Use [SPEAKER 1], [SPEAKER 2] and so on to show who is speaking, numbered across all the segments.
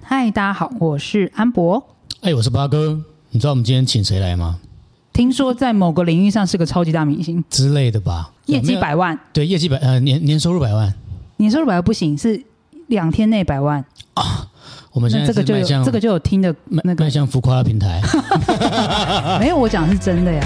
[SPEAKER 1] 嗨，大家好，我是安博。
[SPEAKER 2] 哎，我是八哥，你知道我们今天请谁来吗？
[SPEAKER 1] 听说在某个领域上是个超级大明星，
[SPEAKER 2] 之类的吧，
[SPEAKER 1] 业
[SPEAKER 2] 有没
[SPEAKER 1] 绩
[SPEAKER 2] 有
[SPEAKER 1] 百万，
[SPEAKER 2] 对业绩百呃年年收入百万，
[SPEAKER 1] 你收入百万不行，是两天内百万。
[SPEAKER 2] 我们现
[SPEAKER 1] 那
[SPEAKER 2] 在
[SPEAKER 1] 这个
[SPEAKER 2] 是
[SPEAKER 1] 就
[SPEAKER 2] 迈
[SPEAKER 1] 有
[SPEAKER 2] 向
[SPEAKER 1] 这个就有听的
[SPEAKER 2] 迈
[SPEAKER 1] 那个
[SPEAKER 2] 迈，向浮夸的平台。
[SPEAKER 1] 没有我讲的是真的呀。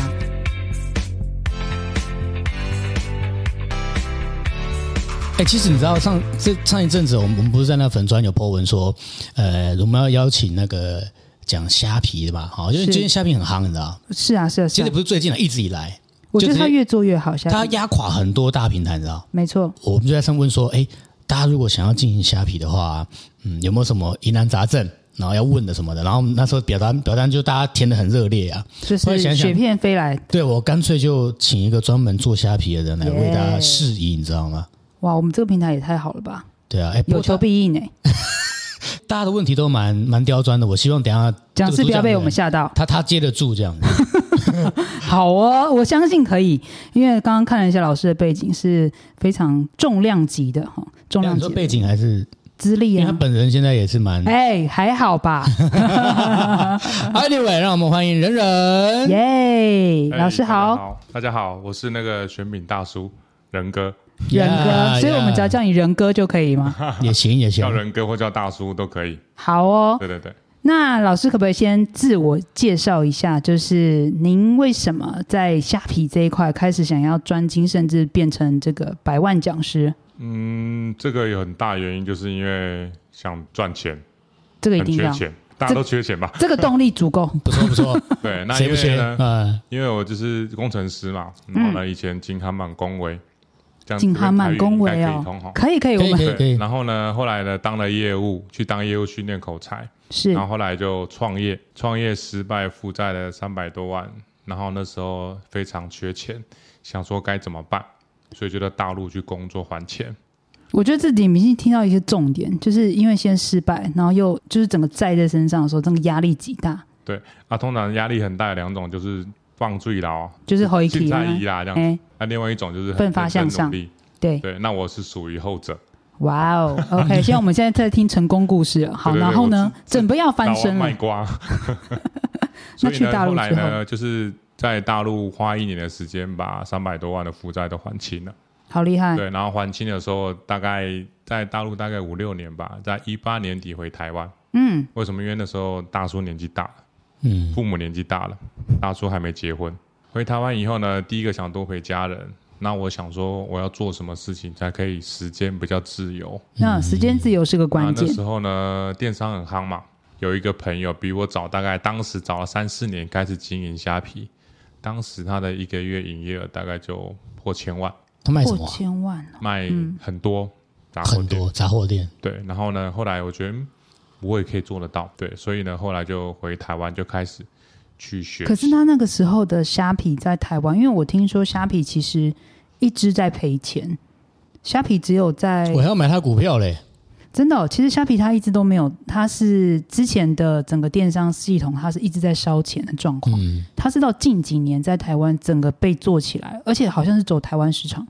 [SPEAKER 2] 哎、其实你知道上这上一阵子，我们我们不是在那粉砖有 po 文说，呃，我们要邀请那个讲虾皮的吧？好，因为
[SPEAKER 1] 是
[SPEAKER 2] 最近虾皮很夯，你知道？
[SPEAKER 1] 是啊，是啊，是
[SPEAKER 2] 其
[SPEAKER 1] 啊
[SPEAKER 2] 实。不是最近啊，一直以来，
[SPEAKER 1] 我觉得
[SPEAKER 2] 就直接
[SPEAKER 1] 他越做越好，下
[SPEAKER 2] 它
[SPEAKER 1] 一个
[SPEAKER 2] 压垮很多大平台，你知道？
[SPEAKER 1] 没错。
[SPEAKER 2] 我们就在上问说，哎、大家如果想要进行虾皮的话，嗯，有没有什么疑难杂症？然后要问的什么的，然后那时候表单表单就大家填的很热烈啊。
[SPEAKER 1] 就
[SPEAKER 2] 我也
[SPEAKER 1] 是
[SPEAKER 2] 想想
[SPEAKER 1] 雪片飞来，
[SPEAKER 2] 对我干脆就请一个专门做虾皮的人来为大家
[SPEAKER 1] Yeah
[SPEAKER 2] 释疑，你知道吗？
[SPEAKER 1] 哇，我们这个平台也太好了吧，
[SPEAKER 2] 对啊，哎、不
[SPEAKER 1] 有
[SPEAKER 2] 过
[SPEAKER 1] 求
[SPEAKER 2] 大
[SPEAKER 1] 必应哎。
[SPEAKER 2] 大家的问题都蛮蛮刁钻的，我希望等一下
[SPEAKER 1] 讲
[SPEAKER 2] 这
[SPEAKER 1] 师
[SPEAKER 2] 个
[SPEAKER 1] 不要
[SPEAKER 2] 主讲
[SPEAKER 1] 被
[SPEAKER 2] 人
[SPEAKER 1] 我们吓到。
[SPEAKER 2] 他他接得住这样 子。
[SPEAKER 1] 好哦，我相信可以，因为刚刚看了一下老师的背景是非常重量级的哈，重量
[SPEAKER 2] 你
[SPEAKER 1] 级
[SPEAKER 2] 说
[SPEAKER 1] 的
[SPEAKER 2] 背景还是，
[SPEAKER 1] 资历
[SPEAKER 2] 因为他
[SPEAKER 1] 啊。
[SPEAKER 2] 本人现在也是蛮。
[SPEAKER 1] 哎，还好吧，
[SPEAKER 2] anyway，让我们欢迎人人。
[SPEAKER 1] 耶！
[SPEAKER 3] 哎
[SPEAKER 1] 老师好，，
[SPEAKER 3] 大家好大家好，我是那个选品大叔仁哥，
[SPEAKER 1] 仁哥，
[SPEAKER 2] Yeah，
[SPEAKER 1] 所以我们只要叫你仁哥就可以吗？
[SPEAKER 2] yeah，也行也行
[SPEAKER 3] 叫。仁哥或叫大叔都可以。
[SPEAKER 1] 好哦，
[SPEAKER 3] 对对对，
[SPEAKER 1] 那老师可不可以先自我介绍一下？就是您为什么在虾皮这一块开始想要专精，甚至变成这个百万讲师？
[SPEAKER 3] 嗯，这个有很大原因，就是因为想赚钱，
[SPEAKER 1] 这个一
[SPEAKER 3] 很
[SPEAKER 1] 定
[SPEAKER 3] 缺
[SPEAKER 1] 要，
[SPEAKER 3] 钱，大家都 缺钱吧？
[SPEAKER 1] 这个动力足 够。
[SPEAKER 2] 不错不 错，
[SPEAKER 3] 对，那
[SPEAKER 2] 谁
[SPEAKER 3] 因
[SPEAKER 2] 不
[SPEAKER 3] 为
[SPEAKER 2] 缺？
[SPEAKER 3] 呢，
[SPEAKER 2] 嗯，
[SPEAKER 3] 因为我就是工程师嘛，然后
[SPEAKER 1] 嗯
[SPEAKER 3] 呢，以前金航满工维，这样
[SPEAKER 1] 景航满工维
[SPEAKER 3] 这边台语应该可以通
[SPEAKER 1] 哦
[SPEAKER 3] 吼，
[SPEAKER 1] 可以可以，我
[SPEAKER 2] 可以
[SPEAKER 1] 们
[SPEAKER 2] 可以可
[SPEAKER 3] 对，
[SPEAKER 2] 以。
[SPEAKER 3] 然后呢，后来呢，当了业务，去当业务训练口才，
[SPEAKER 1] 是
[SPEAKER 3] 然后后来就创业，创业失败，负债了三百多万，然后那时候非常缺钱，想说该怎么办，所以就到大陆去工作还钱。
[SPEAKER 1] 我觉得这里明星听到一些重点，就是因为先失败，然后又就是整个债在身上的时候，整个压力极大，
[SPEAKER 3] 啊，通常压力很大的两种就是放最牢，
[SPEAKER 1] 就是后一
[SPEAKER 3] 进
[SPEAKER 1] 期啊
[SPEAKER 3] 菜，嗯一啦这样。
[SPEAKER 1] 哎，
[SPEAKER 3] 那、另外一种就是很
[SPEAKER 1] 奋发向上
[SPEAKER 3] 很努力，
[SPEAKER 1] 对，
[SPEAKER 3] 对，那我是属于后者，
[SPEAKER 1] 哇 哦，OK，现在我们现在在听成功故事了，好，
[SPEAKER 3] 对对对
[SPEAKER 1] 然后呢，准备要翻
[SPEAKER 3] 老王
[SPEAKER 1] 身
[SPEAKER 3] 卖
[SPEAKER 1] 了，
[SPEAKER 3] 瓜。
[SPEAKER 1] 那
[SPEAKER 3] 所以
[SPEAKER 1] 去大
[SPEAKER 3] 呢，
[SPEAKER 1] 陆
[SPEAKER 3] 后
[SPEAKER 1] 之
[SPEAKER 3] 来
[SPEAKER 1] 后
[SPEAKER 3] 呢，就是在大陆花一年的时间，把三百多万的负债都还清了。
[SPEAKER 1] 好厉害，
[SPEAKER 3] 对，然后还清的时候，大概在大陆大概五六年吧，在一八年底回台湾。
[SPEAKER 1] 嗯，
[SPEAKER 3] 为什么？因为那时候大叔年纪大了，
[SPEAKER 2] 嗯，
[SPEAKER 3] 父母年纪大了，大叔还没结婚。回台湾以后呢，第一个想多陪家人。那我想说，我要做什么事情才可以时间比较自由？
[SPEAKER 1] 那时间自由是个
[SPEAKER 3] 啊
[SPEAKER 1] 关，
[SPEAKER 3] 嗯那
[SPEAKER 1] 键
[SPEAKER 3] 时，候呢，电商很夯嘛，有一个朋友比我早，大概当时早了三四年开始经营虾皮，当时他的一个月营业额大概就破千万，
[SPEAKER 2] 他卖什
[SPEAKER 1] 破
[SPEAKER 2] 么啊？
[SPEAKER 1] 千万哦，
[SPEAKER 3] 卖很多杂货
[SPEAKER 2] 很
[SPEAKER 3] 店。
[SPEAKER 2] 多杂货店。
[SPEAKER 3] 对，然后呢，后来我觉得嗯我也可以做得到，对，所以呢，后来就回台湾就开始去学习。
[SPEAKER 1] 可是他那个时候的虾皮在台湾，因为我听说虾皮其实一直在赔钱，虾皮只有在
[SPEAKER 2] 我还要买他股票嘞。
[SPEAKER 1] 真的哦、其实虾皮它一直都没有，它是之前的整个电商系统，它是一直在烧钱的状况。
[SPEAKER 2] 嗯，
[SPEAKER 1] 它是到近几年在台湾整个被做起来，而且好像是走台湾市场。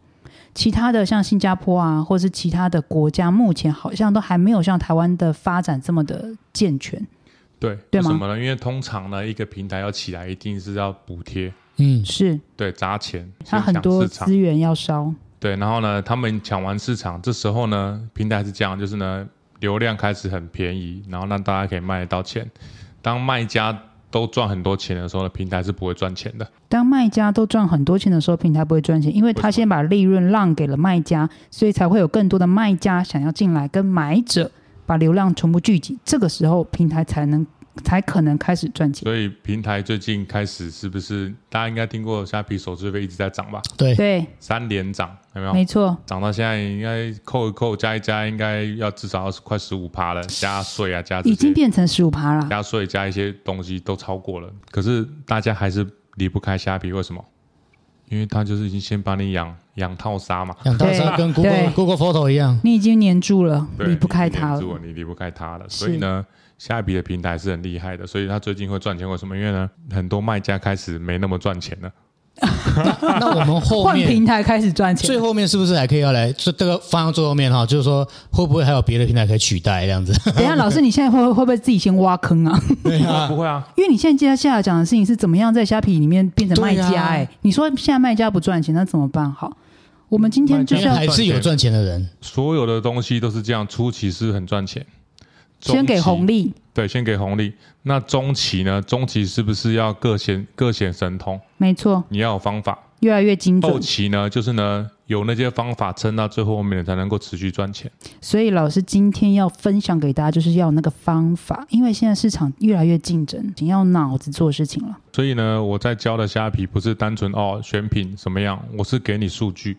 [SPEAKER 1] 其他的像新加坡啊，或是其他的国家，目前好像都还没有像台湾的发展这么的健全。
[SPEAKER 3] 对，
[SPEAKER 1] 对
[SPEAKER 3] 为什
[SPEAKER 1] 吗
[SPEAKER 3] 么呢？因为通常呢，一个平台要起来，一定是要补贴，
[SPEAKER 2] 嗯，
[SPEAKER 1] 是，
[SPEAKER 3] 对，砸钱，
[SPEAKER 1] 它
[SPEAKER 3] 先
[SPEAKER 1] 很
[SPEAKER 3] 抢
[SPEAKER 1] 多
[SPEAKER 3] 市场
[SPEAKER 1] 资源要烧，
[SPEAKER 3] 对，然后呢，他们抢完市场，这时候呢，平台是这样，就是呢，流量开始很便宜，然后让大家可以卖得到钱。当卖家都赚很多钱的时候呢，平台是不会赚钱的。
[SPEAKER 1] 当卖家都赚很多钱的时候，平台不会赚钱，因为他先把利润让给了卖家，所以才会有更多的卖家想要进来跟买者把流量全部聚集，这个时候平台才能才可能开始赚钱。
[SPEAKER 3] 所以平台最近开始是不是大家应该听过虾皮手续费一直在涨吧？
[SPEAKER 2] 对，
[SPEAKER 1] 对，
[SPEAKER 3] 三连涨，有没有？
[SPEAKER 1] 没错，
[SPEAKER 3] 涨到现在应该扣一扣加一加，应该要至少要快十五趴了，加税啊加这
[SPEAKER 1] 已经
[SPEAKER 3] 些，
[SPEAKER 1] 变成十五趴啦。
[SPEAKER 3] 加税加一些东西都超过了。可是大家还是离不开虾皮，为什么？因为他就是已经先把你养养套杀嘛，
[SPEAKER 2] 养大沙跟 Google
[SPEAKER 1] 对
[SPEAKER 2] Google Photo 一 样。
[SPEAKER 1] 你已经黏住了，
[SPEAKER 3] 对
[SPEAKER 1] 离不开它
[SPEAKER 3] 你黏住
[SPEAKER 1] 了。
[SPEAKER 3] 你离不开它了。
[SPEAKER 1] 是
[SPEAKER 3] 所以呢，虾皮的平台是很厉害的，所以它最近会赚钱，为什么？因为呢，很多卖家开始没那么赚钱了。
[SPEAKER 2] 那那我们后
[SPEAKER 1] 换
[SPEAKER 2] 面
[SPEAKER 1] 平台开始赚
[SPEAKER 2] 最
[SPEAKER 1] 钱，
[SPEAKER 2] 后面是不是还可以要来？这这个放到最后面哈，就是说会不会还有别的平台可以取代这样子？
[SPEAKER 1] 等一下老师，你现在会会不会自己先挖坑啊？
[SPEAKER 2] 对啊，
[SPEAKER 3] 不会啊，
[SPEAKER 1] 因为你现在接下来讲的事情是怎么样在虾皮里面变成卖
[SPEAKER 2] 对
[SPEAKER 1] 家、
[SPEAKER 2] 啊
[SPEAKER 1] 哎、你说现在卖家不赚钱，那怎么办好？我们今天就
[SPEAKER 2] 因
[SPEAKER 1] 是
[SPEAKER 2] 为
[SPEAKER 1] 要
[SPEAKER 2] 还是有赚钱的人，
[SPEAKER 3] 所有的东西都是这样，初期是很赚钱，
[SPEAKER 1] 先给
[SPEAKER 3] 中期
[SPEAKER 1] 红利，
[SPEAKER 3] 对，先给红利。那中期呢？中期是不是要各显各显神通？
[SPEAKER 1] 没错，
[SPEAKER 3] 你要有方法。
[SPEAKER 1] 越来越精
[SPEAKER 3] 后
[SPEAKER 1] 准。
[SPEAKER 3] 期呢，就是呢有那些方法撑到最后面才能够持续赚钱。
[SPEAKER 1] 所以老师今天要分享给大家，就是要有那个方法，因为现在市场越来越竞争，你要脑子做事情了。
[SPEAKER 3] 所以呢，我在教的虾皮不是单纯哦选品什么样，我是给你数据，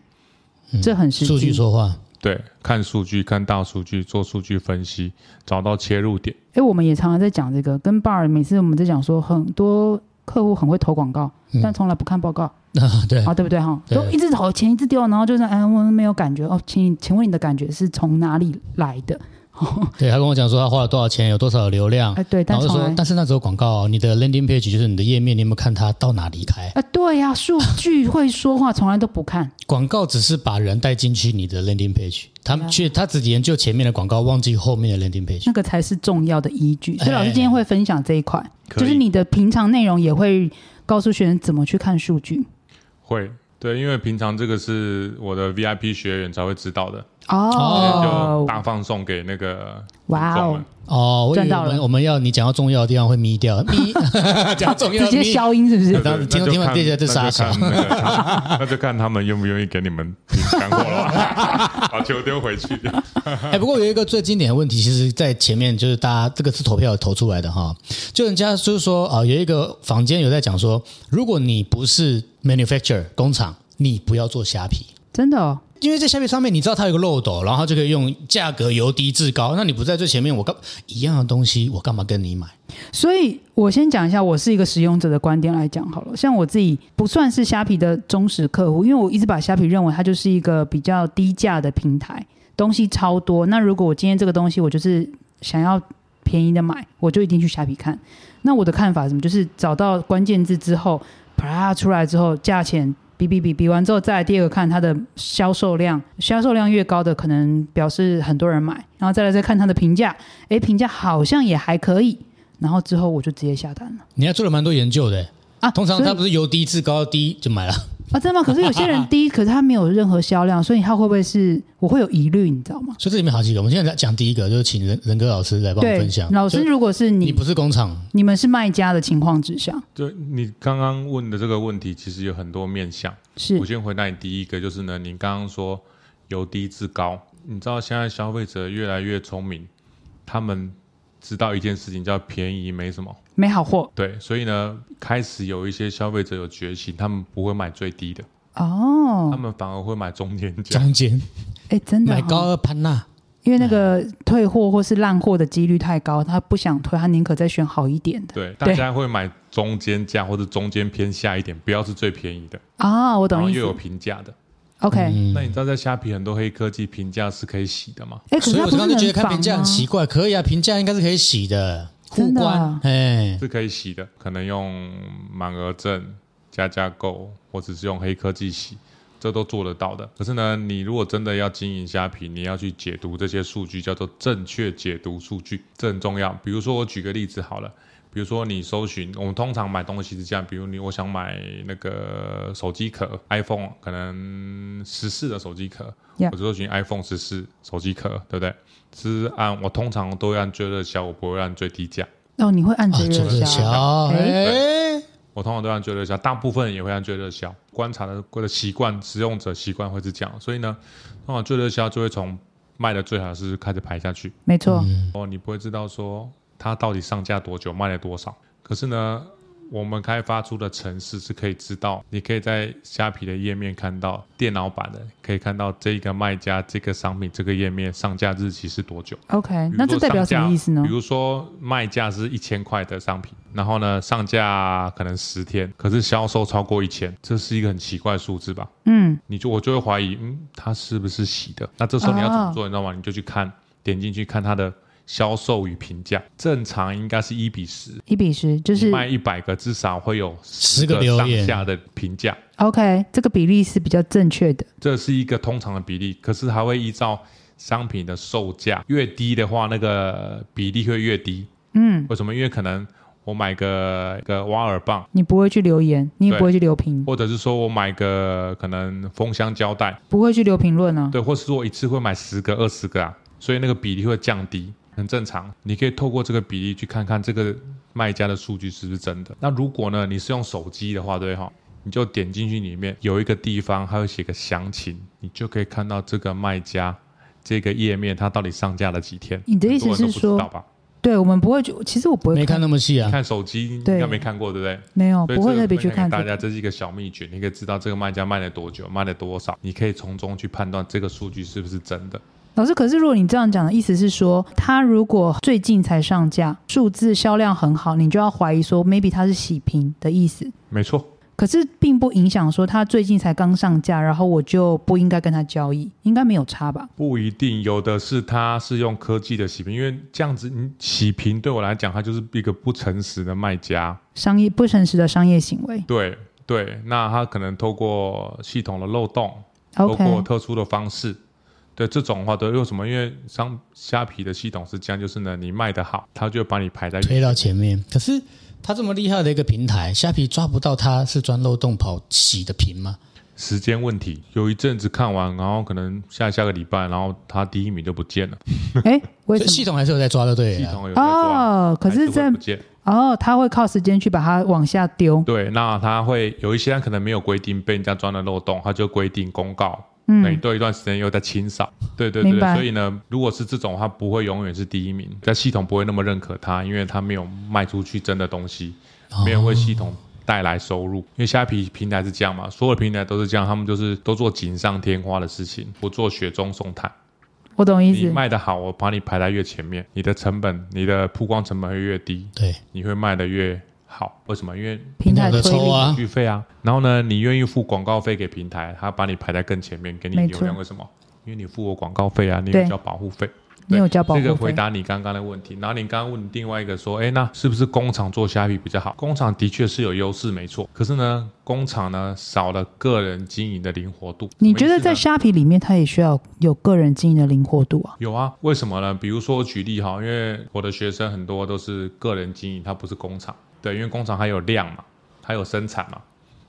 [SPEAKER 2] 嗯
[SPEAKER 1] 这很实际
[SPEAKER 2] 数据说话。
[SPEAKER 3] 对，看数据，看大数据，做数据分析，找到切入点。
[SPEAKER 1] 哎，我们也常常在讲这个，跟 bar 每次我们在讲说，很多客户很会投广告，
[SPEAKER 2] 嗯
[SPEAKER 1] 但从来不看报告，
[SPEAKER 2] 啊， 对
[SPEAKER 1] 啊，对不对哈？
[SPEAKER 2] 对
[SPEAKER 1] 都一直投钱一直丢，然后就是哎，我没有感觉哦，请请问你的感觉是从哪里来的？哦
[SPEAKER 2] 对，他跟我讲说他花了多少钱，有多少流量，
[SPEAKER 1] 哎，对，
[SPEAKER 2] 啊然
[SPEAKER 1] 但
[SPEAKER 2] 后就
[SPEAKER 1] 从来
[SPEAKER 2] 说，但是那只有广告、哦，你的 landing page 就是你的页面，你有没有看它到哪离开？
[SPEAKER 1] 啊，对呀、数据会说话，从来都不看。
[SPEAKER 2] 广告只是把人带进去你的 landing page，他
[SPEAKER 1] 对啊
[SPEAKER 2] 们却他只研究前面的广告，忘记后面的 landing page。
[SPEAKER 1] 那个才是重要的依据。所以老师今天会分享这一块，
[SPEAKER 3] 哎可以
[SPEAKER 1] 就是你的平常内容也会告诉学生怎么去看数据
[SPEAKER 3] 会，对，因为平常这个是我的 VIP 学员才会知道的，
[SPEAKER 1] 哦
[SPEAKER 3] 就。大放送给那个
[SPEAKER 1] 哇
[SPEAKER 3] 听众
[SPEAKER 1] 哦
[SPEAKER 3] 们，
[SPEAKER 2] 哦，我以
[SPEAKER 1] 赚
[SPEAKER 2] 为
[SPEAKER 1] 到
[SPEAKER 2] 我们
[SPEAKER 1] 了
[SPEAKER 2] 我们要你讲到重要的地方会 眯掉，眯 讲重要
[SPEAKER 1] 直
[SPEAKER 2] 的
[SPEAKER 1] 接
[SPEAKER 2] 咪
[SPEAKER 1] 消音是不
[SPEAKER 3] 对
[SPEAKER 1] 是？
[SPEAKER 3] 对
[SPEAKER 2] 当时听到
[SPEAKER 3] 那就
[SPEAKER 2] 听完
[SPEAKER 3] 看
[SPEAKER 2] 这些就傻
[SPEAKER 3] 那
[SPEAKER 2] 笑
[SPEAKER 3] 看那个他们那就看他们愿不愿意给你们听干货 了，把球丢回去。
[SPEAKER 2] 哎、不过有一个最经典的问题，其实在前面就是大家这个是投票投出来的哈，就人家就是说啊、有一个坊间有在讲说，如果你不是 manufacturer 工厂，你不要做虾皮。
[SPEAKER 1] 真的哦，
[SPEAKER 2] 因为在虾皮上面，你知道它有个漏斗，然后就可以用价格由低至高。那你不在最前面，我干一样的东西，我干嘛跟你买？
[SPEAKER 1] 所以我先讲一下我是一个使用者的观点来讲好了。像我自己不算是虾皮的忠实客户，因为我一直把虾皮认为它就是一个比较低价的平台，东西超多。那如果我今天这个东西我就是想要便宜的买，我就一定去虾皮看。那我的看法是什么？就是找到关键字之后，啪啦出来之后，价钱。比比比比完之后，再来第二个看它的销售量，销售量越高的，可能表示很多人买，然后再来再看它的评价，诶，评价好像也还可以，然后之后我就直接下单了
[SPEAKER 2] 你还做了蛮多研究的。
[SPEAKER 1] 啊。
[SPEAKER 2] 通常
[SPEAKER 1] 所以
[SPEAKER 2] 它不是由低至高，低就买了。
[SPEAKER 1] 啊，真的吗？可是有些人低，可是他没有任何销量，所以他会不会是我会有疑虑，你知道吗？
[SPEAKER 2] 所以这里面好几个，我们现在来讲第一个，就是请仁仁哥老师来帮我们
[SPEAKER 1] 对
[SPEAKER 2] 分享。，
[SPEAKER 1] 老师，
[SPEAKER 2] 就，
[SPEAKER 1] 如果是
[SPEAKER 2] 你
[SPEAKER 1] 你，
[SPEAKER 2] 不是工厂，
[SPEAKER 1] 你们是卖家的情况之下，
[SPEAKER 3] 对你刚刚问的这个问题，其实有很多面向。
[SPEAKER 1] 是
[SPEAKER 3] 我先回答你第一个，就是呢，你刚刚说由低至高，你知道现在消费者越来越聪明，他们知道一件事情叫便宜没什么，
[SPEAKER 1] 没好货
[SPEAKER 3] 对，所以呢，开始有一些消费者有觉醒，他们不会买最低的，他
[SPEAKER 1] 哦。
[SPEAKER 3] 们反而会买中间价。
[SPEAKER 2] 中间
[SPEAKER 1] 哎，真的
[SPEAKER 2] 买
[SPEAKER 1] 哦、
[SPEAKER 2] 高哎二潘娜。
[SPEAKER 1] 因为那个退货或是烂货的几率太高，他不想退，他宁可再选好一点的。
[SPEAKER 3] 对，大家会买中间价或者中间偏下一点，不要是最便宜的，
[SPEAKER 1] 啊、我
[SPEAKER 3] 然
[SPEAKER 1] 懂
[SPEAKER 3] 后
[SPEAKER 1] 意
[SPEAKER 3] 又有
[SPEAKER 1] 思。
[SPEAKER 3] 平价的。
[SPEAKER 1] OK，哎、
[SPEAKER 2] 嗯
[SPEAKER 3] 那你知道在虾皮很多黑科技评价是可以洗的吗？
[SPEAKER 1] 可是
[SPEAKER 2] 所以
[SPEAKER 1] 他
[SPEAKER 2] 我
[SPEAKER 1] 不
[SPEAKER 2] 刚
[SPEAKER 1] 是
[SPEAKER 2] 刚就
[SPEAKER 1] 能
[SPEAKER 2] 觉得看评
[SPEAKER 1] 仿
[SPEAKER 2] 价很
[SPEAKER 1] 吗？
[SPEAKER 2] 奇怪，可以啊，评价应该是可以洗的，互
[SPEAKER 1] 真的
[SPEAKER 2] 关
[SPEAKER 1] 啊，
[SPEAKER 2] 哎，
[SPEAKER 3] 是可以洗的，可能用满额赠、加价购，或者是用黑科技洗，这都做得到的。可是呢，你如果真的要经营虾皮，你要去解读这些数据，叫做正确解读数据，这很重要。比如说，我举个例子好了。比如说，你搜寻，我们通常买东西是这样，比如你我想买那个手机壳，iPhone 可能十四的手机壳
[SPEAKER 1] Yeah
[SPEAKER 3] 我就搜寻 iPhone 十四手机壳，对不对？是按我通常都会按最热销，我不会按最低价。
[SPEAKER 1] 哦，你会按这
[SPEAKER 2] 啊，
[SPEAKER 1] 个
[SPEAKER 2] 做
[SPEAKER 1] 销、
[SPEAKER 2] 热销，哎，
[SPEAKER 3] 我通常都按最热销，大部分人也会按最热销。观察的或者习惯，使用者习惯会是这样，所以呢，通常最热销就会从卖的最好是开始排下去。
[SPEAKER 1] 没错，
[SPEAKER 2] 嗯
[SPEAKER 3] 哦，你不会知道说它到底上架多久，卖了多少。可是呢，我们开发出的程式是可以知道，你可以在虾皮的页面看到电脑版的，可以看到这一个卖家、这个商品、这个页面上架日期是多久。
[SPEAKER 1] OK，
[SPEAKER 3] 比如
[SPEAKER 1] 那这
[SPEAKER 3] 说
[SPEAKER 1] 代表
[SPEAKER 3] 上
[SPEAKER 1] 什么
[SPEAKER 3] 架
[SPEAKER 1] 意思呢
[SPEAKER 3] 比？如说卖价是一千块的商品，然后呢上架可能十天，可是销售超过一千，这是一个很奇怪的数字吧？
[SPEAKER 1] 嗯，
[SPEAKER 3] 你就我就会
[SPEAKER 1] 哦
[SPEAKER 3] 怀疑，嗯，它是不是洗的？那这时候你要怎么做？你知道吗？你就去看，点进去看它的销售与评价，正常应该是一比十，
[SPEAKER 1] 一比十就是
[SPEAKER 3] 你卖一百个至少会有
[SPEAKER 2] 10个
[SPEAKER 3] 个
[SPEAKER 2] 留
[SPEAKER 3] 上
[SPEAKER 2] 言
[SPEAKER 3] 下的评价，
[SPEAKER 1] OK，这个比例是比较正确的。
[SPEAKER 3] 这是一个通常的比例。可是还会依照商品的售价，越低的话，那个比例会越低。
[SPEAKER 1] 嗯，
[SPEAKER 3] 为什么？因为可能我买个一个挖耳棒，
[SPEAKER 1] 你不会去留言，你也
[SPEAKER 3] 对
[SPEAKER 1] 不会去留评，
[SPEAKER 3] 或者是说我买个可能封箱胶带，
[SPEAKER 1] 不会去留评论啊。
[SPEAKER 3] 对，或是说我一次会买十个、二十个啊，所以那个比例会降低，很正常。你可以透过这个比例去看看这个卖家的数据是不是真的。那如果呢，你是用手机的话，对哈，你就点进去里面有一个地方，它会写个详情，你就可以看到这个卖家这个页面它到底上架了几天。
[SPEAKER 1] 你的
[SPEAKER 3] 很
[SPEAKER 1] 意思
[SPEAKER 3] 多人
[SPEAKER 1] 是
[SPEAKER 3] 都不知
[SPEAKER 1] 说
[SPEAKER 3] 道吧？
[SPEAKER 1] 对我们不会去，其实我不会
[SPEAKER 2] 没看那么细啊。
[SPEAKER 3] 看手机应
[SPEAKER 1] 对
[SPEAKER 3] 该没看过，对不对？
[SPEAKER 1] 没有
[SPEAKER 3] 所以
[SPEAKER 1] 哦不会
[SPEAKER 3] 这个
[SPEAKER 1] 特别
[SPEAKER 3] 分
[SPEAKER 1] 去看
[SPEAKER 3] 享给大
[SPEAKER 1] 这个
[SPEAKER 3] 家，这是一个小秘诀，你可以知道这个卖家卖了多久，卖了多少，你可以从中去判断这个数据是不是真的。
[SPEAKER 1] 老师，可是如果你这样讲的意思是说，他如果最近才上架，数字销量很好，你就要怀疑说，maybe 他是洗屏的意思。
[SPEAKER 3] 没错，
[SPEAKER 1] 可是并不影响说他最近才刚上架，然后我就不应该跟他交易，应该没有差吧？
[SPEAKER 3] 不一定，有的是它是用科技的洗屏，因为这样子你洗屏对我来讲，它就是一个不诚实的卖家。
[SPEAKER 1] 商业不诚实的商业行为。
[SPEAKER 3] 对对，那他可能透过系统的漏洞，透过
[SPEAKER 1] OK，
[SPEAKER 3] 特哦殊的方式。对这种的话，对，为什么？因为商虾皮的系统是这样，就是呢，你卖得好，它就会把你排在
[SPEAKER 2] 推到前面。可是他这么厉害的一个平台，虾皮抓不到他是钻漏洞跑洗的屏吗？
[SPEAKER 3] 时间问题。有一阵子看完，然后可能下下个礼拜，然后它第一名就不见了，
[SPEAKER 1] 哎，为
[SPEAKER 2] 所以
[SPEAKER 1] 什
[SPEAKER 2] 系统还是有在抓的，对啊
[SPEAKER 3] 系
[SPEAKER 2] 了啦。
[SPEAKER 3] 统有
[SPEAKER 1] 么？
[SPEAKER 3] 在抓，
[SPEAKER 1] 啊哦，可
[SPEAKER 3] 还
[SPEAKER 1] 是
[SPEAKER 3] 会
[SPEAKER 1] 在
[SPEAKER 3] 不见。
[SPEAKER 1] 哦，他会靠时间去把它往下丢。
[SPEAKER 3] 对，那他会有一些他可能没有规定被人家钻了漏洞，他就规定公告，每
[SPEAKER 1] 嗯，
[SPEAKER 3] 对一段时间又在清扫。对对对
[SPEAKER 1] 明白
[SPEAKER 3] 对，所以呢，如果是这种，他不会永远是第一名，在系统不会那么认可他，因为他没有卖出去真的东西，
[SPEAKER 1] 哦
[SPEAKER 3] 没有为系统。带来收入，因为虾皮平台是这样嘛，所有的平台都是这样，他们就是都做锦上添花的事情，不做雪中送炭。
[SPEAKER 1] 我懂意
[SPEAKER 3] 你
[SPEAKER 1] 思。
[SPEAKER 3] 卖得好，我把你排在越前面，你的成本、你的曝光成本会越低，
[SPEAKER 2] 对，
[SPEAKER 3] 你会卖得越好。为什么？因为
[SPEAKER 1] 平台
[SPEAKER 2] 有的
[SPEAKER 1] 推
[SPEAKER 2] 抽
[SPEAKER 1] 力，
[SPEAKER 2] 啊，
[SPEAKER 3] 续费啊，然后呢，你愿意付广告费给平台，他把你排在更前面，给你
[SPEAKER 1] 没
[SPEAKER 3] 流量，
[SPEAKER 1] 错
[SPEAKER 3] 为什么？因为你付我广告费啊，你
[SPEAKER 1] 对
[SPEAKER 3] 有交保护费。
[SPEAKER 1] 你有交保护
[SPEAKER 3] 这个
[SPEAKER 1] 费
[SPEAKER 3] 回答你刚刚的问题，然后你刚刚问另外一个说，哎，那是不是工厂做虾皮比较好？工厂的确是有优势，没错。可是呢，工厂呢少了个人经营的灵活度。
[SPEAKER 1] 你
[SPEAKER 3] 什么
[SPEAKER 1] 觉
[SPEAKER 3] 意
[SPEAKER 1] 得
[SPEAKER 3] 思呢
[SPEAKER 1] 在虾皮里面，它也需要有个人经营的灵活度啊？
[SPEAKER 3] 有啊，为什么呢？比如说我举例哈，因为我的学生很多都是个人经营，他不是工厂，对，因为工厂还有量嘛，还有生产嘛，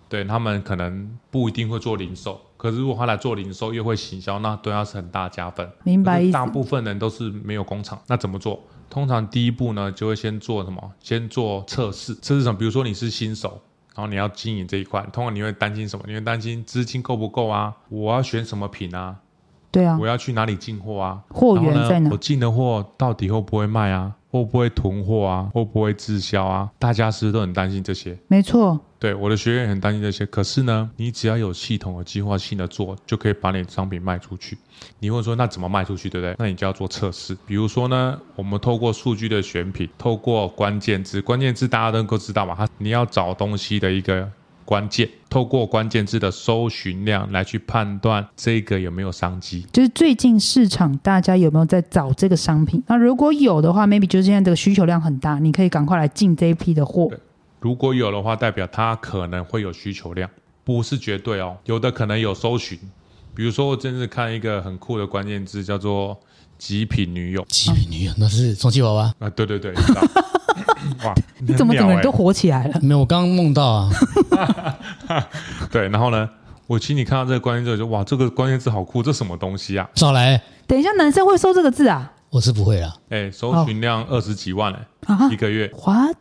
[SPEAKER 3] 对他们可能不一定会做零售，可是如果他来做零售又会行销，那对他是很大加分。
[SPEAKER 1] 明白
[SPEAKER 3] 可是
[SPEAKER 1] 意思
[SPEAKER 3] 大部分人都是没有工厂，那怎么做？通常第一步呢，就会先做什么？先做测试，测试什么？比如说你是新手。然后你要经营这一块，通常你会担心什么？你会担心资金够不够啊？我要选什么品啊？
[SPEAKER 1] 对啊
[SPEAKER 3] 我，要去哪里进货啊？
[SPEAKER 1] 货
[SPEAKER 3] 然后
[SPEAKER 1] 源
[SPEAKER 3] 呢
[SPEAKER 1] 在哪
[SPEAKER 3] 我进的货到底会不会卖啊？会不会囤货啊？会不会滞销啊？大家是不是都很担心这些？
[SPEAKER 1] 没错，
[SPEAKER 3] 对，我的学员也很担心这些。可是呢，你只要有系统、有计划性的做，就可以把你的商品卖出去。你会说，那怎么卖出去，对不对？那你就要做测试。比如说呢，我们透过数据的选品，透过关键字，关键字大家都能够知道嘛，它你要找东西的一个关键，透过关键字的搜寻量来去判断这个有没有商机。
[SPEAKER 1] 就是最近市场大家有没有在找这个商品？那如果有的话，maybe 就是现在这个需求量很大，你可以赶快来进这一批的货
[SPEAKER 3] 对。如果有的话，代表它可能会有需求量，不是绝对哦。有的可能有搜寻，比如说我真是看一个很酷的关键字，叫做“极品女友
[SPEAKER 2] 极品女友那是充气娃娃。”
[SPEAKER 3] 啊，对对对，知道 哇，
[SPEAKER 1] 你怎么整个
[SPEAKER 3] 很妙
[SPEAKER 1] 人
[SPEAKER 3] 欸
[SPEAKER 1] 都火起来了？
[SPEAKER 2] 没有，我刚刚梦到啊，
[SPEAKER 3] 对？然后呢，我其实你看到这个关键字我就哇，这个关键字好酷，这什么东西啊？
[SPEAKER 2] 少来，
[SPEAKER 1] 等一下，男生会搜这个字啊？
[SPEAKER 2] 我是不会啦。？
[SPEAKER 3] 哎，搜寻量二十几万哎、
[SPEAKER 1] 哦啊
[SPEAKER 3] 一个月。
[SPEAKER 1] ？What？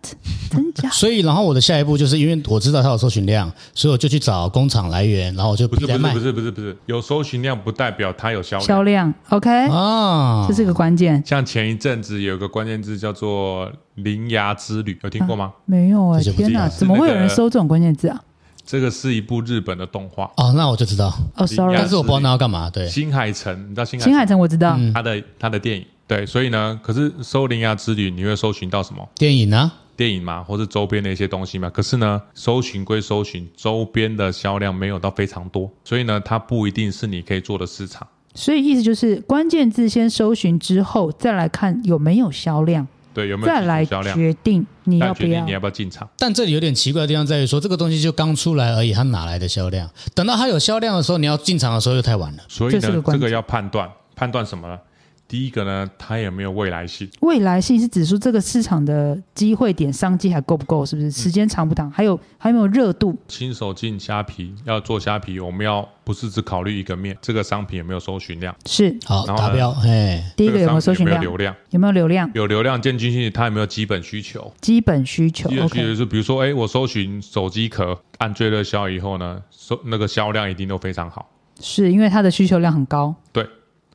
[SPEAKER 1] 真假
[SPEAKER 2] 所以，然后我的下一步就是因为我知道它有搜寻量，所以我就去找工厂来源，然后我就
[SPEAKER 3] 不
[SPEAKER 2] 批
[SPEAKER 3] 是不
[SPEAKER 2] 来
[SPEAKER 3] 是
[SPEAKER 2] 卖
[SPEAKER 3] 不是不是不是，有搜寻量不代表它有销量。
[SPEAKER 1] 销量？OK，、
[SPEAKER 2] 啊
[SPEAKER 1] 这。是个关键。
[SPEAKER 3] 像前一阵子有个关键字叫做“铃芽之旅”，有听过吗？
[SPEAKER 1] 没有哎、
[SPEAKER 2] 这就不
[SPEAKER 1] 天
[SPEAKER 2] 知
[SPEAKER 1] 哪，
[SPEAKER 2] 道
[SPEAKER 1] 怎么会有
[SPEAKER 3] 是
[SPEAKER 1] 人
[SPEAKER 3] 那个
[SPEAKER 1] 搜这种关键字啊？
[SPEAKER 3] 这个是一部日本的动画。
[SPEAKER 2] 哦，那我就知道，
[SPEAKER 1] 哦、s o r r
[SPEAKER 3] 铃芽
[SPEAKER 1] y
[SPEAKER 2] 但是我不知道那要干嘛。对，
[SPEAKER 3] 新海诚，你知道新海
[SPEAKER 1] 秦
[SPEAKER 3] 诚
[SPEAKER 1] 海城我知道，
[SPEAKER 2] 嗯
[SPEAKER 3] 他的他的电影，对，所以呢，可是搜《铃芽之旅》，你会搜寻到什么
[SPEAKER 2] 电影啊，
[SPEAKER 3] 电影嘛，或是周边的一些东西嘛？可是呢，搜寻归搜寻，周边的销量没有到非常多，所以呢，它不一定是你可以做的市场。
[SPEAKER 1] 所以意思就是关键字先搜寻之后，再来看有没有销量，
[SPEAKER 3] 对，有没有
[SPEAKER 1] 再来
[SPEAKER 3] 基础销量？
[SPEAKER 1] 决定你
[SPEAKER 3] 再
[SPEAKER 1] 要
[SPEAKER 3] 决
[SPEAKER 1] 不
[SPEAKER 3] 定
[SPEAKER 1] 要
[SPEAKER 3] 你。要不要进场？
[SPEAKER 2] 但这里有点奇怪的地方在于说，这个东西就刚出来而已，它哪来的销量？等到它有销量的时候，你要进场的时候又太晚了。
[SPEAKER 3] 所以呢，
[SPEAKER 1] 这是个
[SPEAKER 3] 这
[SPEAKER 1] 关键
[SPEAKER 3] 个要判断，判断什么呢？第一个呢，它有没有未来性？
[SPEAKER 1] 未来性是指数这个市场的机会点、商机还够不够，是
[SPEAKER 3] 嗯
[SPEAKER 1] 不是？时间长不长？还有还有没有热度？
[SPEAKER 3] 新手进虾皮要做虾皮，我们要不是只考虑一个面，这个商品有没有搜寻量？
[SPEAKER 1] 是
[SPEAKER 2] 好，
[SPEAKER 3] 然后呢
[SPEAKER 2] 达标，哎，
[SPEAKER 1] 第一个
[SPEAKER 3] 这
[SPEAKER 1] 有没有
[SPEAKER 3] 商
[SPEAKER 1] 搜
[SPEAKER 3] 品
[SPEAKER 1] 寻
[SPEAKER 3] 有没
[SPEAKER 1] 量？
[SPEAKER 3] 有流量？
[SPEAKER 1] 有没有流量？
[SPEAKER 3] 有流量渐进性，它有没有基本需求？
[SPEAKER 1] 基本需求
[SPEAKER 3] 基本需求就
[SPEAKER 1] OK，
[SPEAKER 3] 是，比如说，哎，我搜寻手机壳，按最热销以后呢，搜那个销量一定都非常好。
[SPEAKER 1] 是因为它的需求量很高，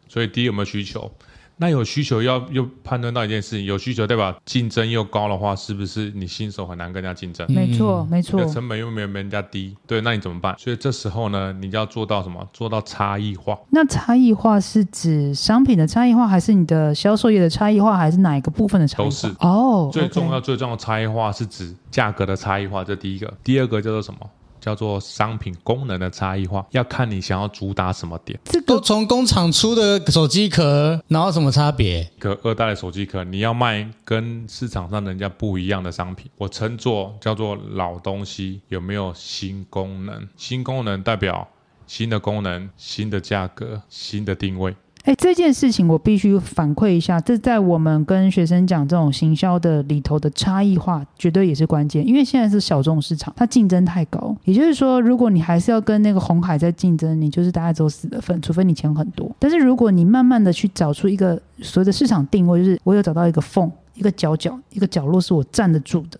[SPEAKER 3] 所以第一有没有需求？那有需求要又判断到一件事情，有需求代表竞争又高的话，是不是你新手很难跟人家竞争？
[SPEAKER 1] 没错没错
[SPEAKER 3] 你的，成本又没有人家低，对，那你怎么办？所以这时候呢，你要做到什么？做到差异化。
[SPEAKER 1] 那差异化是指商品的差异化，还是你的销售业的差异化，还是哪一个部分的差异化？
[SPEAKER 3] 都是
[SPEAKER 1] 哦，
[SPEAKER 3] 最重要、最重要的差异化是指价格的差异化，这第一个。第二个叫做什么？叫做商品功能的差异化，要看你想要主打什么点。
[SPEAKER 1] 这
[SPEAKER 2] 都
[SPEAKER 1] 个
[SPEAKER 2] 从工厂出的手机壳，哪有什么差别？
[SPEAKER 3] 可二代的手机壳，你要卖跟市场上人家不一样的商品，我称作叫做老东西，有没有新功能？新功能代表新的功能、新的价格、新的定位。
[SPEAKER 1] 哎，这件事情我必须反馈一下，这在我们跟学生讲这种行销的里头的差异化，绝对也是关键。因为现在是小众市场，它竞争太高。也就是说，如果你还是要跟那个红海在竞争，你就是大概走死的份，除非你钱很多。但是如果你慢慢的去找出一个所谓的市场定位，就是我有找到一个缝、一个角角、一个角落是我站得住的，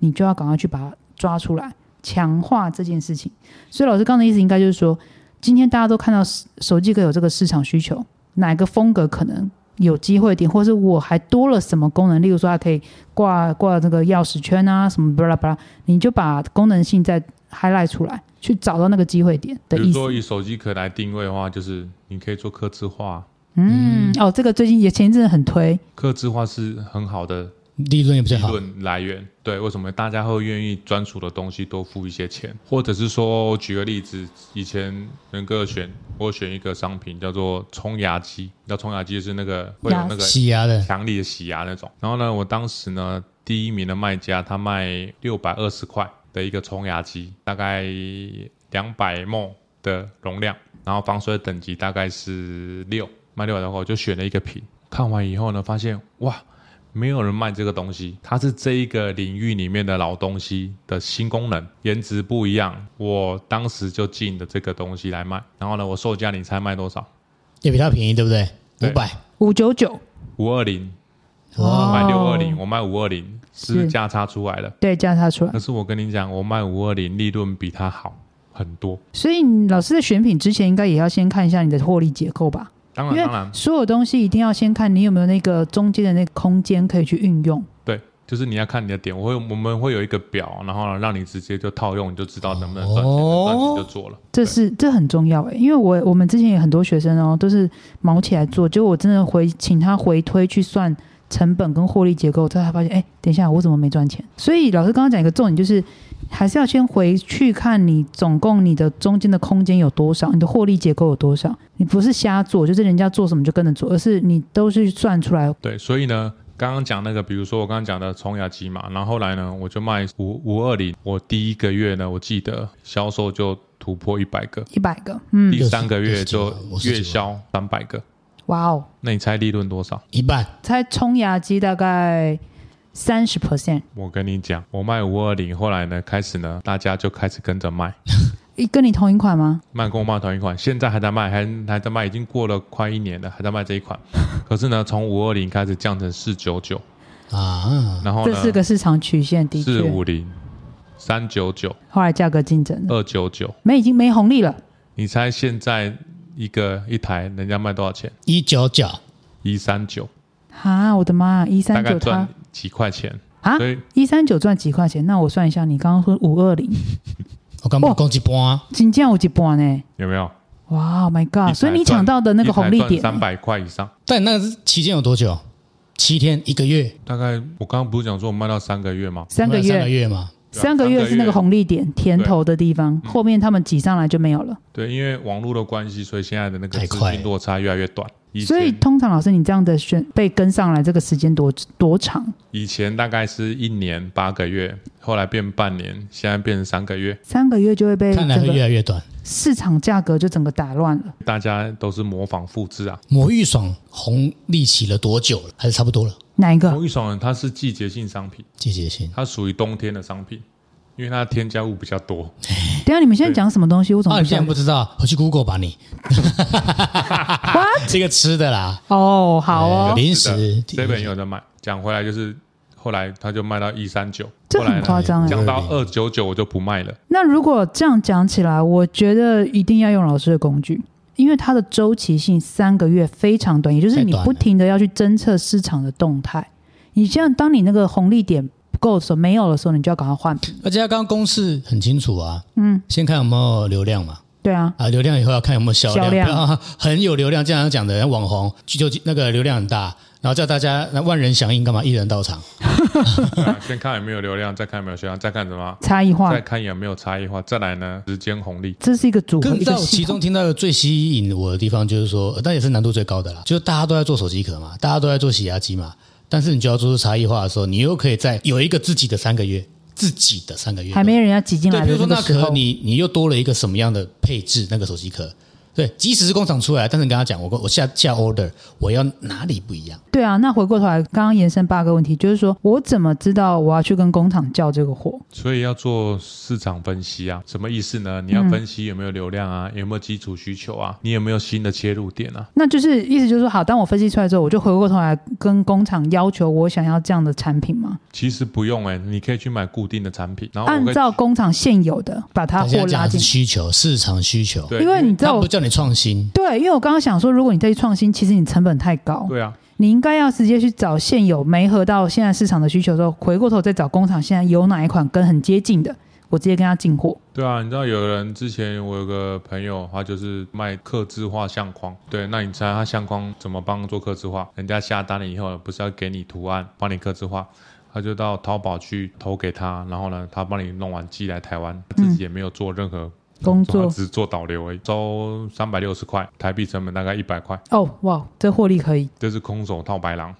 [SPEAKER 1] 你就要赶快去把它抓出来，强化这件事情。所以老师刚刚的意思应该就是说，今天大家都看到手手机壳有这个市场需求。哪个风格可能有机会点，或是我还多了什么功能，例如说它可以挂挂这个钥匙圈啊，什么巴拉巴拉，你就把功能性再 highlight 出来，去找到那个机会点的
[SPEAKER 3] 比
[SPEAKER 1] 意
[SPEAKER 3] 如
[SPEAKER 1] 思。
[SPEAKER 3] 说以手机壳来定位的话，就是你可以做客制化，
[SPEAKER 1] 嗯，哦，这个最近也前一阵很推，
[SPEAKER 3] 客制化是很好的
[SPEAKER 2] 利润也比较
[SPEAKER 3] 利
[SPEAKER 2] 好。
[SPEAKER 3] 润来源。对，为什么大家会愿意专属的东西多付一些钱？或者是说，我举个例子，以前能够选我选一个商品叫做冲牙机，你知道冲牙机就是那个会有
[SPEAKER 1] 牙
[SPEAKER 3] 那个
[SPEAKER 2] 洗牙的，
[SPEAKER 3] 强力的洗牙那种。然后呢，我当时呢第一名的卖家他卖六百二十块的一个冲牙机，大概两百梦的容量，然后防水等级大概是六，卖六百多块，我就选了一个品。看完以后呢，发现哇。没有人卖这个东西，它是这一个领域里面的老东西的新功能，颜值不一样。我当时就进的这个东西来卖，然后呢，我售价你猜卖多少？
[SPEAKER 2] 也比较便宜，对不对？
[SPEAKER 3] 对
[SPEAKER 2] 五百，
[SPEAKER 1] 五九九，
[SPEAKER 3] 五二零，
[SPEAKER 2] 哇
[SPEAKER 3] 我买六二零，我卖五二零，是不是
[SPEAKER 1] 是
[SPEAKER 3] 价差出来了？
[SPEAKER 1] 对，加它出来
[SPEAKER 3] 可。是我跟你讲，我卖五二零利润比它好很多。
[SPEAKER 1] 所以你老师在选品之前，应该也要先看一下你的获利结构吧，
[SPEAKER 3] 当
[SPEAKER 1] 因为
[SPEAKER 3] 然，当然，
[SPEAKER 1] 所有东西一定要先看你有没有那个中间的那个空间可以去运用。
[SPEAKER 3] 对，就是你要看你的点，我会我们会有一个表，然后呢让你直接就套用，你就知道能不能赚钱，
[SPEAKER 2] 哦
[SPEAKER 3] 能赚钱就做了。
[SPEAKER 1] 这是这很重要诶，欸因为我我们之前有很多学生哦，都是毛起来做，结果我真的回请他回推去算成本跟获利结构，他才发现，哎，等一下我怎么没赚钱？所以老师刚刚讲一个重点，就是还是要先回去看你总共你的中间的空间有多少，你的获利结构有多少，你不是瞎做，就是人家做什么就跟着做，而是你都是算出来。
[SPEAKER 3] 对，所以呢，刚刚讲那个，比如说我刚刚讲的冲牙机嘛，然后后来呢，我就卖五五二零，我第一个月呢，我记得销售就突破一百个，
[SPEAKER 1] 一百个，嗯，
[SPEAKER 3] 第三个月
[SPEAKER 2] 60几
[SPEAKER 3] 就
[SPEAKER 2] 万50几万
[SPEAKER 3] 月销三百个，
[SPEAKER 1] 哇哦，
[SPEAKER 3] 那你猜利润多少？
[SPEAKER 2] 一半。
[SPEAKER 1] 才冲牙机大概三十 percent，
[SPEAKER 3] 我跟你讲，我卖五二零，后来呢，开始呢，大家就开始跟着卖。
[SPEAKER 1] 跟你同一款吗？
[SPEAKER 3] 慢工慢同一款，现在还在卖，还还在卖，已经过了快一年了，还在卖这 一款。可是呢，从五二零开始降成四九九，
[SPEAKER 2] 啊，
[SPEAKER 3] 然后
[SPEAKER 1] 这
[SPEAKER 3] 呢
[SPEAKER 1] 是个市场曲线，的确。
[SPEAKER 3] 四五零、三九九、
[SPEAKER 1] 后来价格竞争了，
[SPEAKER 3] 二九九，
[SPEAKER 1] 没已经没红利了，
[SPEAKER 3] 你猜现在一个一台人家卖多少钱？
[SPEAKER 2] 一九九，
[SPEAKER 3] 一三九，
[SPEAKER 1] 哈，我的妈呀，一
[SPEAKER 3] 大
[SPEAKER 1] 三
[SPEAKER 3] 概
[SPEAKER 1] 九
[SPEAKER 3] 赚
[SPEAKER 1] 它
[SPEAKER 3] 几块钱？
[SPEAKER 1] 啊
[SPEAKER 3] 所，以
[SPEAKER 1] 一三九赚几块钱？那我算一下，你刚刚说五二零，
[SPEAKER 2] 我刚
[SPEAKER 1] 哇
[SPEAKER 2] 刚讲一半，
[SPEAKER 1] 金价有几半呢？
[SPEAKER 3] 有没有？
[SPEAKER 1] 哇，Oh my
[SPEAKER 3] 一台
[SPEAKER 1] god！所以你
[SPEAKER 3] 赚
[SPEAKER 1] 抢到的那个红利点，
[SPEAKER 3] 三百块以上。
[SPEAKER 2] 但那个期间有多久？七天、一个月、
[SPEAKER 3] 大概我刚刚不是讲说我卖到三个月吗？
[SPEAKER 1] 三个
[SPEAKER 2] 三个
[SPEAKER 1] 月，
[SPEAKER 2] 月嘛，
[SPEAKER 3] 对啊
[SPEAKER 1] 三个月是那个红利点甜头的地方，
[SPEAKER 3] 嗯
[SPEAKER 1] 后面他们挤上来就没有了。
[SPEAKER 3] 对，因为网络的关系，所以现在的那个
[SPEAKER 2] 太
[SPEAKER 3] 资
[SPEAKER 2] 快
[SPEAKER 3] 讯落差越来越短。以
[SPEAKER 1] 所以
[SPEAKER 3] 前
[SPEAKER 1] 通常老师，你这样的选被跟上来这个时间多多长？
[SPEAKER 3] 以前大概是一年八个月，后来变半年，现在变成三个月。
[SPEAKER 1] 三个月就会被
[SPEAKER 2] 看来
[SPEAKER 1] 整
[SPEAKER 2] 会越
[SPEAKER 1] 个
[SPEAKER 2] 来越短。
[SPEAKER 1] 市场价格就整个打乱了。
[SPEAKER 3] 大家都是模仿复制啊。
[SPEAKER 2] 魔芋爽红利期了多久了？还是差不多了？
[SPEAKER 1] 哪一个？
[SPEAKER 3] 红玉爽它是季节性商品，
[SPEAKER 2] 季节性
[SPEAKER 3] 它属于冬天的商品，因为它的添加物比较多。
[SPEAKER 1] 等一下你们现在讲什么东西？我怎
[SPEAKER 2] 啊，
[SPEAKER 1] 么
[SPEAKER 2] 你竟然
[SPEAKER 1] 不
[SPEAKER 2] 不
[SPEAKER 1] 知
[SPEAKER 2] 知道？回去 Google 吧你。 这个吃的啦，
[SPEAKER 1] 道？哦，好
[SPEAKER 2] 呃
[SPEAKER 1] 哦，
[SPEAKER 2] 零
[SPEAKER 3] 是
[SPEAKER 2] 食
[SPEAKER 3] 的这本有在卖。讲回来就是，后来它就卖到一三九，
[SPEAKER 1] 这
[SPEAKER 3] 后来
[SPEAKER 1] 很
[SPEAKER 3] 呢
[SPEAKER 1] 夸张哎。
[SPEAKER 3] 降到二九九我就不卖了。
[SPEAKER 1] 那如果这样讲起来，我觉得一定要用老师的工具，因为它的周期性三个月非常短，也就是你
[SPEAKER 2] 太短了
[SPEAKER 1] 不停的要去侦测市场的动态。你这样，当你那个红利点不够的时候，没有的时候，你就要赶快换品。
[SPEAKER 2] 而且它刚刚公式很清楚啊，
[SPEAKER 1] 嗯，
[SPEAKER 2] 先看有没有流量嘛，
[SPEAKER 1] 对啊，
[SPEAKER 2] 啊，流量以后要看有没有销量，
[SPEAKER 1] 销量
[SPEAKER 2] 不要啊 很有流量，这样讲的网红就就那个流量很大，然后叫大家那万人响应干嘛？一人到场，
[SPEAKER 3] 对啊先看有没有流量，再看有没有销量，再看什么，
[SPEAKER 1] 差异化
[SPEAKER 3] 再，看有没有差异化，再来呢时间红利。
[SPEAKER 1] 这是一个组合，
[SPEAKER 2] 更
[SPEAKER 1] 一个
[SPEAKER 2] 到
[SPEAKER 1] 系
[SPEAKER 2] 其
[SPEAKER 1] 统
[SPEAKER 2] 中。听到的最吸引我的地方，就是说，呃但也是难度最高的啦，就是大家都在做手机壳嘛，大家都在做洗牙机嘛，但是你就要做出差异化的时候，你又可以在有一个自己的三个月，自己的三个月
[SPEAKER 1] 还没人家挤进
[SPEAKER 2] 对，
[SPEAKER 1] 来
[SPEAKER 2] 比
[SPEAKER 1] 的
[SPEAKER 2] 如说
[SPEAKER 1] 那
[SPEAKER 2] 那
[SPEAKER 1] 个时
[SPEAKER 2] 壳
[SPEAKER 1] 候，
[SPEAKER 2] 你你又多了一个什么样的配置？那个手机壳，对，即使是工厂出来，但是你跟他讲，我跟我下下 order，我要哪里不一样？
[SPEAKER 1] 对啊。那回过头来，刚刚延伸八个问题，就是说我怎么知道我要去跟工厂叫这个货？
[SPEAKER 3] 所以要做市场分析啊，什么意思
[SPEAKER 1] 嗯
[SPEAKER 3] 呢？你要分析有没有流量啊，有没有基础需求啊，你有没有新的切入点啊？
[SPEAKER 1] 那就是意思就是说，好，当我分析出来之后，我就回过头来跟工厂要求我想要这样的产品嘛，
[SPEAKER 3] 其实不用哎、你可以去买固定的产品，然后我
[SPEAKER 1] 按
[SPEAKER 3] 会
[SPEAKER 1] 照工厂现有的把它
[SPEAKER 2] 他现
[SPEAKER 1] 货
[SPEAKER 2] 在讲
[SPEAKER 1] 拉
[SPEAKER 2] 的是
[SPEAKER 1] 进。
[SPEAKER 2] 需求，市场需求，
[SPEAKER 3] 对，
[SPEAKER 1] 因为你知
[SPEAKER 2] 他
[SPEAKER 1] 道我
[SPEAKER 2] 不，叫你创新，
[SPEAKER 1] 对，因为我刚刚想说，如果你再去创新，其实你成本太高，
[SPEAKER 3] 对啊，
[SPEAKER 1] 你应该要直接去找现有没合到现在市场的需求的时候，回过头再找工厂现在有哪一款跟很接近的，我直接跟他进货。
[SPEAKER 3] 对啊，你知道有人之前我有个朋友，他就是卖刻字化相框，对，那你猜他相框怎么帮做刻字化？人家下单了以后，不是要给你图案，帮你刻字化，他就到淘宝去投给他，然后呢，他帮你弄完寄来台湾，自己也没有做任何
[SPEAKER 1] 工
[SPEAKER 3] 他
[SPEAKER 1] 作
[SPEAKER 3] 只做导流而已，收三百六十块台币，成本大概一百块，
[SPEAKER 1] 哦，哇，这获利可以，
[SPEAKER 3] 这是空手套白狼。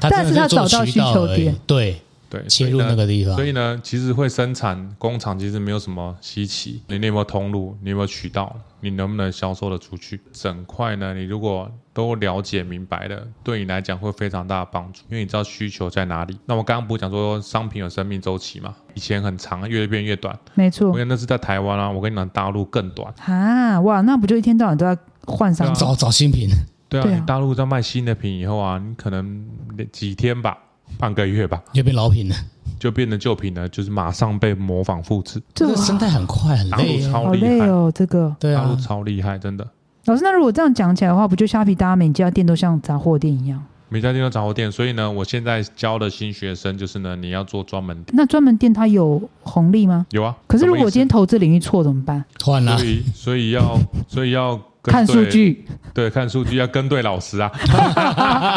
[SPEAKER 2] 他
[SPEAKER 1] 但
[SPEAKER 2] 真
[SPEAKER 1] 是
[SPEAKER 2] 的
[SPEAKER 1] 他
[SPEAKER 2] 是做
[SPEAKER 1] 找到
[SPEAKER 2] 渠
[SPEAKER 1] 需求
[SPEAKER 2] 道而已
[SPEAKER 1] 点，
[SPEAKER 2] 对，
[SPEAKER 3] 对，
[SPEAKER 2] 切入
[SPEAKER 3] 所以呢
[SPEAKER 2] 那个地方
[SPEAKER 3] 所。以呢，其实会生产工厂其实没有什么稀奇，你有没有通路，你有没有渠道，你能不能销售的出去？整块呢，你如果都了解明白了，对你来讲会非常大的帮助，因为你知道需求在哪里。那我刚刚不是讲说商品有生命周期嘛，以前很长，越变越短。
[SPEAKER 1] 没
[SPEAKER 3] 我
[SPEAKER 1] 错
[SPEAKER 3] 跟。你那是在台湾啊，我跟你讲大陆更短。
[SPEAKER 1] 啊，哇，那不就一天到晚都在换商品？
[SPEAKER 2] 找找新品，
[SPEAKER 3] 对啊，
[SPEAKER 1] 对啊
[SPEAKER 3] 你大陆在卖新的品以后啊，你可能几天吧， 半个月吧，
[SPEAKER 2] 你就变老品了。
[SPEAKER 3] 就变成旧品呢，就是马上被模仿复制。
[SPEAKER 1] 这
[SPEAKER 2] 这个生态很快，很
[SPEAKER 3] 大陆
[SPEAKER 2] 累啊。
[SPEAKER 3] 超
[SPEAKER 1] 好
[SPEAKER 3] 厉
[SPEAKER 1] 累
[SPEAKER 3] 害，
[SPEAKER 1] 哦，这个
[SPEAKER 2] 对
[SPEAKER 3] 大陆
[SPEAKER 2] 啊，
[SPEAKER 3] 超厉害，真的。
[SPEAKER 1] 老师，那如果这样讲起来的话，不就虾皮大家每家店都像杂货店一样？
[SPEAKER 3] 每家店都杂货店，所以呢，我现在教的新学生就是呢，你要做专门店，
[SPEAKER 1] 那专门店它有红利吗？
[SPEAKER 3] 有啊。
[SPEAKER 1] 可是如果我今
[SPEAKER 3] 什
[SPEAKER 1] 天投资领域错怎么办？
[SPEAKER 2] 换
[SPEAKER 3] 么
[SPEAKER 2] 啦
[SPEAKER 3] 意思所，以所以要所以要跟
[SPEAKER 1] 看数
[SPEAKER 3] 对，
[SPEAKER 1] 据，
[SPEAKER 3] 对，看数据要跟对 老师啊，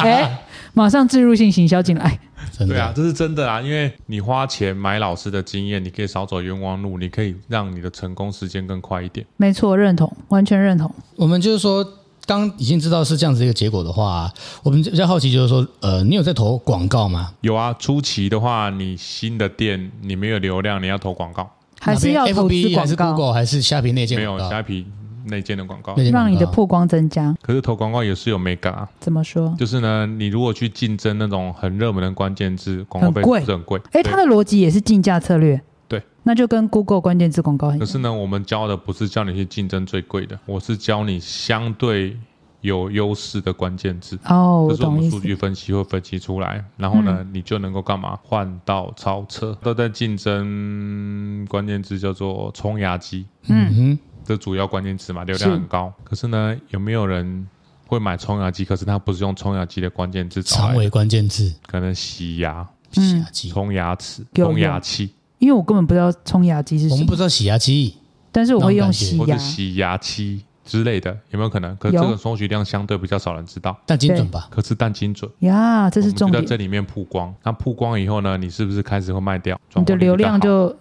[SPEAKER 1] 哎，马上置入性行销进来。哎
[SPEAKER 2] 真
[SPEAKER 3] 对啊，
[SPEAKER 2] 的。
[SPEAKER 3] 这是真的啊，因为你花钱买老师的经验，你可以少走冤枉路，你可以让你的成功时间更快一点。
[SPEAKER 1] 没错，认同，完全认同。
[SPEAKER 2] 我们就是说，刚已经知道是这样子一个结果的话，我们比较好奇就是说，呃，你有在投广告吗？
[SPEAKER 3] 有啊，初期的话，你新的店你没有流量，你要投广告，
[SPEAKER 1] 还是要投资
[SPEAKER 2] FB 还
[SPEAKER 1] 广
[SPEAKER 2] 是
[SPEAKER 1] 告，
[SPEAKER 2] Google 还是虾皮内建
[SPEAKER 3] 没
[SPEAKER 2] 广
[SPEAKER 3] 有
[SPEAKER 2] 告？
[SPEAKER 3] 虾皮内建的广告
[SPEAKER 2] 内，建广告
[SPEAKER 1] 让你的
[SPEAKER 3] 嗯
[SPEAKER 1] 曝光增加。
[SPEAKER 3] 可是投广告也是有 mega 啊。
[SPEAKER 1] 怎么说？
[SPEAKER 3] 就是呢，你如果去竞争那种很热门的关键字，广告费
[SPEAKER 1] 很贵
[SPEAKER 3] 是很贵。
[SPEAKER 1] 哎，
[SPEAKER 3] 对
[SPEAKER 1] 它的逻辑也是竞价策略。
[SPEAKER 3] 对，
[SPEAKER 1] 那就跟 Google 关键字广告很
[SPEAKER 3] 可
[SPEAKER 1] 像。
[SPEAKER 3] 是呢，我们教的不是教你去竞争最贵的，我是教你相对有优势的关键字。
[SPEAKER 1] 哦，
[SPEAKER 3] 这
[SPEAKER 1] 我
[SPEAKER 3] 是我
[SPEAKER 1] 懂
[SPEAKER 3] 们
[SPEAKER 1] 意
[SPEAKER 3] 数
[SPEAKER 1] 思。嗯
[SPEAKER 3] 据分析会分析出来，然后呢，你就能够干嘛？换到超车，都在竞争关键字叫做冲牙机，
[SPEAKER 1] 嗯，
[SPEAKER 2] 嗯
[SPEAKER 3] 这主要关键词嘛，流量很高。可是呢，有没有人会买冲牙机？可是他不是用冲牙机的关键字
[SPEAKER 2] 哼，长
[SPEAKER 3] 找来，
[SPEAKER 2] 尾关键字，
[SPEAKER 3] 可能洗牙、
[SPEAKER 2] 洗
[SPEAKER 1] 嗯
[SPEAKER 2] 牙机。
[SPEAKER 3] 冲牙齿、
[SPEAKER 1] 有
[SPEAKER 3] 冲牙
[SPEAKER 1] 有
[SPEAKER 3] 器
[SPEAKER 1] 因为我根本不知道冲牙机是
[SPEAKER 2] 我
[SPEAKER 1] 什
[SPEAKER 2] 们不
[SPEAKER 1] 么，
[SPEAKER 2] 知道洗牙机，
[SPEAKER 1] 但是我会用
[SPEAKER 2] 那
[SPEAKER 1] 洗
[SPEAKER 2] 种
[SPEAKER 3] 或
[SPEAKER 1] 牙
[SPEAKER 3] 者。洗牙器。之类的，有没有可能？可是这
[SPEAKER 1] 有
[SPEAKER 3] 个搜寻量相对比较少人知道，
[SPEAKER 2] 但精准吧？
[SPEAKER 1] 嗯
[SPEAKER 3] 可是但精准。
[SPEAKER 1] 呀，这
[SPEAKER 3] 我
[SPEAKER 1] 是
[SPEAKER 3] 们就
[SPEAKER 1] 重
[SPEAKER 3] 在
[SPEAKER 1] 点，
[SPEAKER 3] 这里面曝光，那曝光以后呢，你是不是开始会卖掉？
[SPEAKER 1] 你的
[SPEAKER 3] 状况就比较
[SPEAKER 1] 流量
[SPEAKER 3] 好
[SPEAKER 1] 就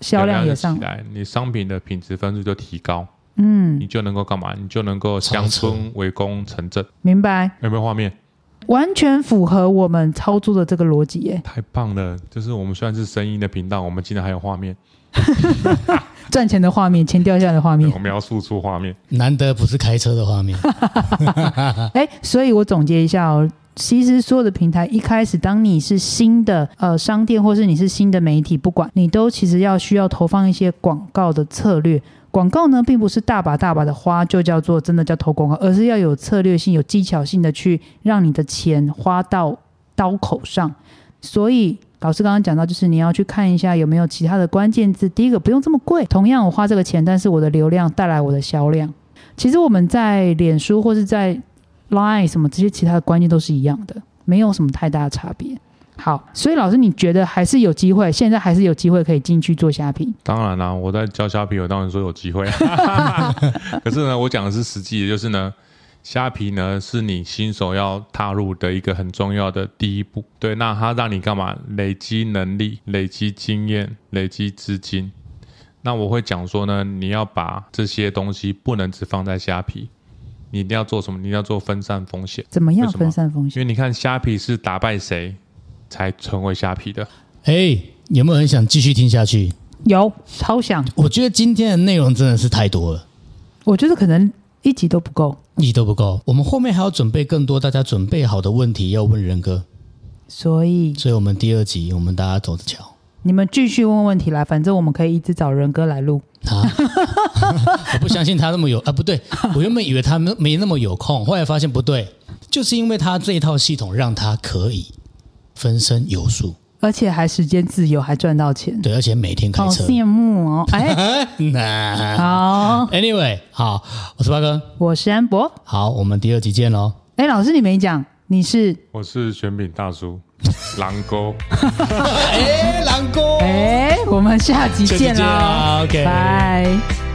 [SPEAKER 1] 销量也
[SPEAKER 3] 就
[SPEAKER 1] 上
[SPEAKER 3] 起，来，你商品的品质分数就提高，
[SPEAKER 1] 嗯，
[SPEAKER 3] 你就能够干嘛？你就能够乡
[SPEAKER 2] 超
[SPEAKER 3] 村围攻城镇，
[SPEAKER 1] 明白，
[SPEAKER 3] 有没有画面？
[SPEAKER 1] 完全符合我们操作的这个逻辑耶，
[SPEAKER 3] 太棒了！就是我们虽然是声音的频道，我们竟然还有画面，
[SPEAKER 1] 赚钱的画面，钱掉下来的画面
[SPEAKER 3] 我，们要输出画面。
[SPEAKER 2] 难得不是开车的画面，
[SPEAKER 1] 哎，所以我总结一下哦。其实所有的平台一开始，当你是新的呃商店，或是你是新的媒体，不管你都其实要需要投放一些广告的策略。广告呢，并不是大把大把的花就叫做真的叫投广告，而是要有策略性、有技巧性的去让你的钱花到刀口上。所以老师刚刚讲到，就是你要去看一下有没有其他的关键字。第一个不用这么贵，同样我花这个钱，但是我的流量带来我的销量。其实我们在脸书或是在 Line 什么这些其他的观念都是一样的，没有什么太大的差别。好，所以老师，你觉得还是有机会，现在还是有机会可以进去做虾皮？
[SPEAKER 3] 当然啦、我在教虾皮，我当然说有机会。可是呢，我讲的是实际的，就是呢，虾皮呢是你新手要踏入的一个很重要的第一步。对，那它让你干嘛？累积能力、累积经验、累积资金。那我会讲说呢，你要把这些东西不能只放在虾皮，你一定要做什么？你一定要做分散风险，
[SPEAKER 1] 怎么样
[SPEAKER 3] 为什么
[SPEAKER 1] 分散风
[SPEAKER 3] 因
[SPEAKER 1] 险？
[SPEAKER 3] 为你看虾皮是打败谁才成为虾皮的？
[SPEAKER 2] 哎、有没有很想继续听下去？
[SPEAKER 1] 有超想，
[SPEAKER 2] 我觉得今天的内容真的是太多了。
[SPEAKER 1] 我觉得可能一集都不够，
[SPEAKER 2] 你都不够，我们后面还要准备更多大家准备好的问题要问人哥，
[SPEAKER 1] 所以
[SPEAKER 2] 所以我们第二集我们大家走着瞧
[SPEAKER 1] 你们继续问问题啦，反正我们可以一直找人哥来录。
[SPEAKER 2] 啊！我不相信他那么有啊，不 对，我原本以为他没没那么有空，后来发现不对，就是因为他这一套系统让他可以分身有术，
[SPEAKER 1] 而且还时间自由，还赚到钱，
[SPEAKER 2] 对，而且每天开
[SPEAKER 1] 好
[SPEAKER 2] 车。
[SPEAKER 1] 羡慕哦！哎，
[SPEAKER 2] 那
[SPEAKER 1] 好，
[SPEAKER 2] anyway，好，我是八哥，
[SPEAKER 1] 我是安博。
[SPEAKER 2] 好，我们第二集见喽。
[SPEAKER 1] 哎，老师你没讲，你是
[SPEAKER 3] 我是选品大叔，狼哥。
[SPEAKER 2] 哎，狼哥，
[SPEAKER 1] 哎，我们下集
[SPEAKER 2] 下集
[SPEAKER 1] 见
[SPEAKER 2] 见啊
[SPEAKER 1] 啦
[SPEAKER 2] 啦，OK
[SPEAKER 1] 拜。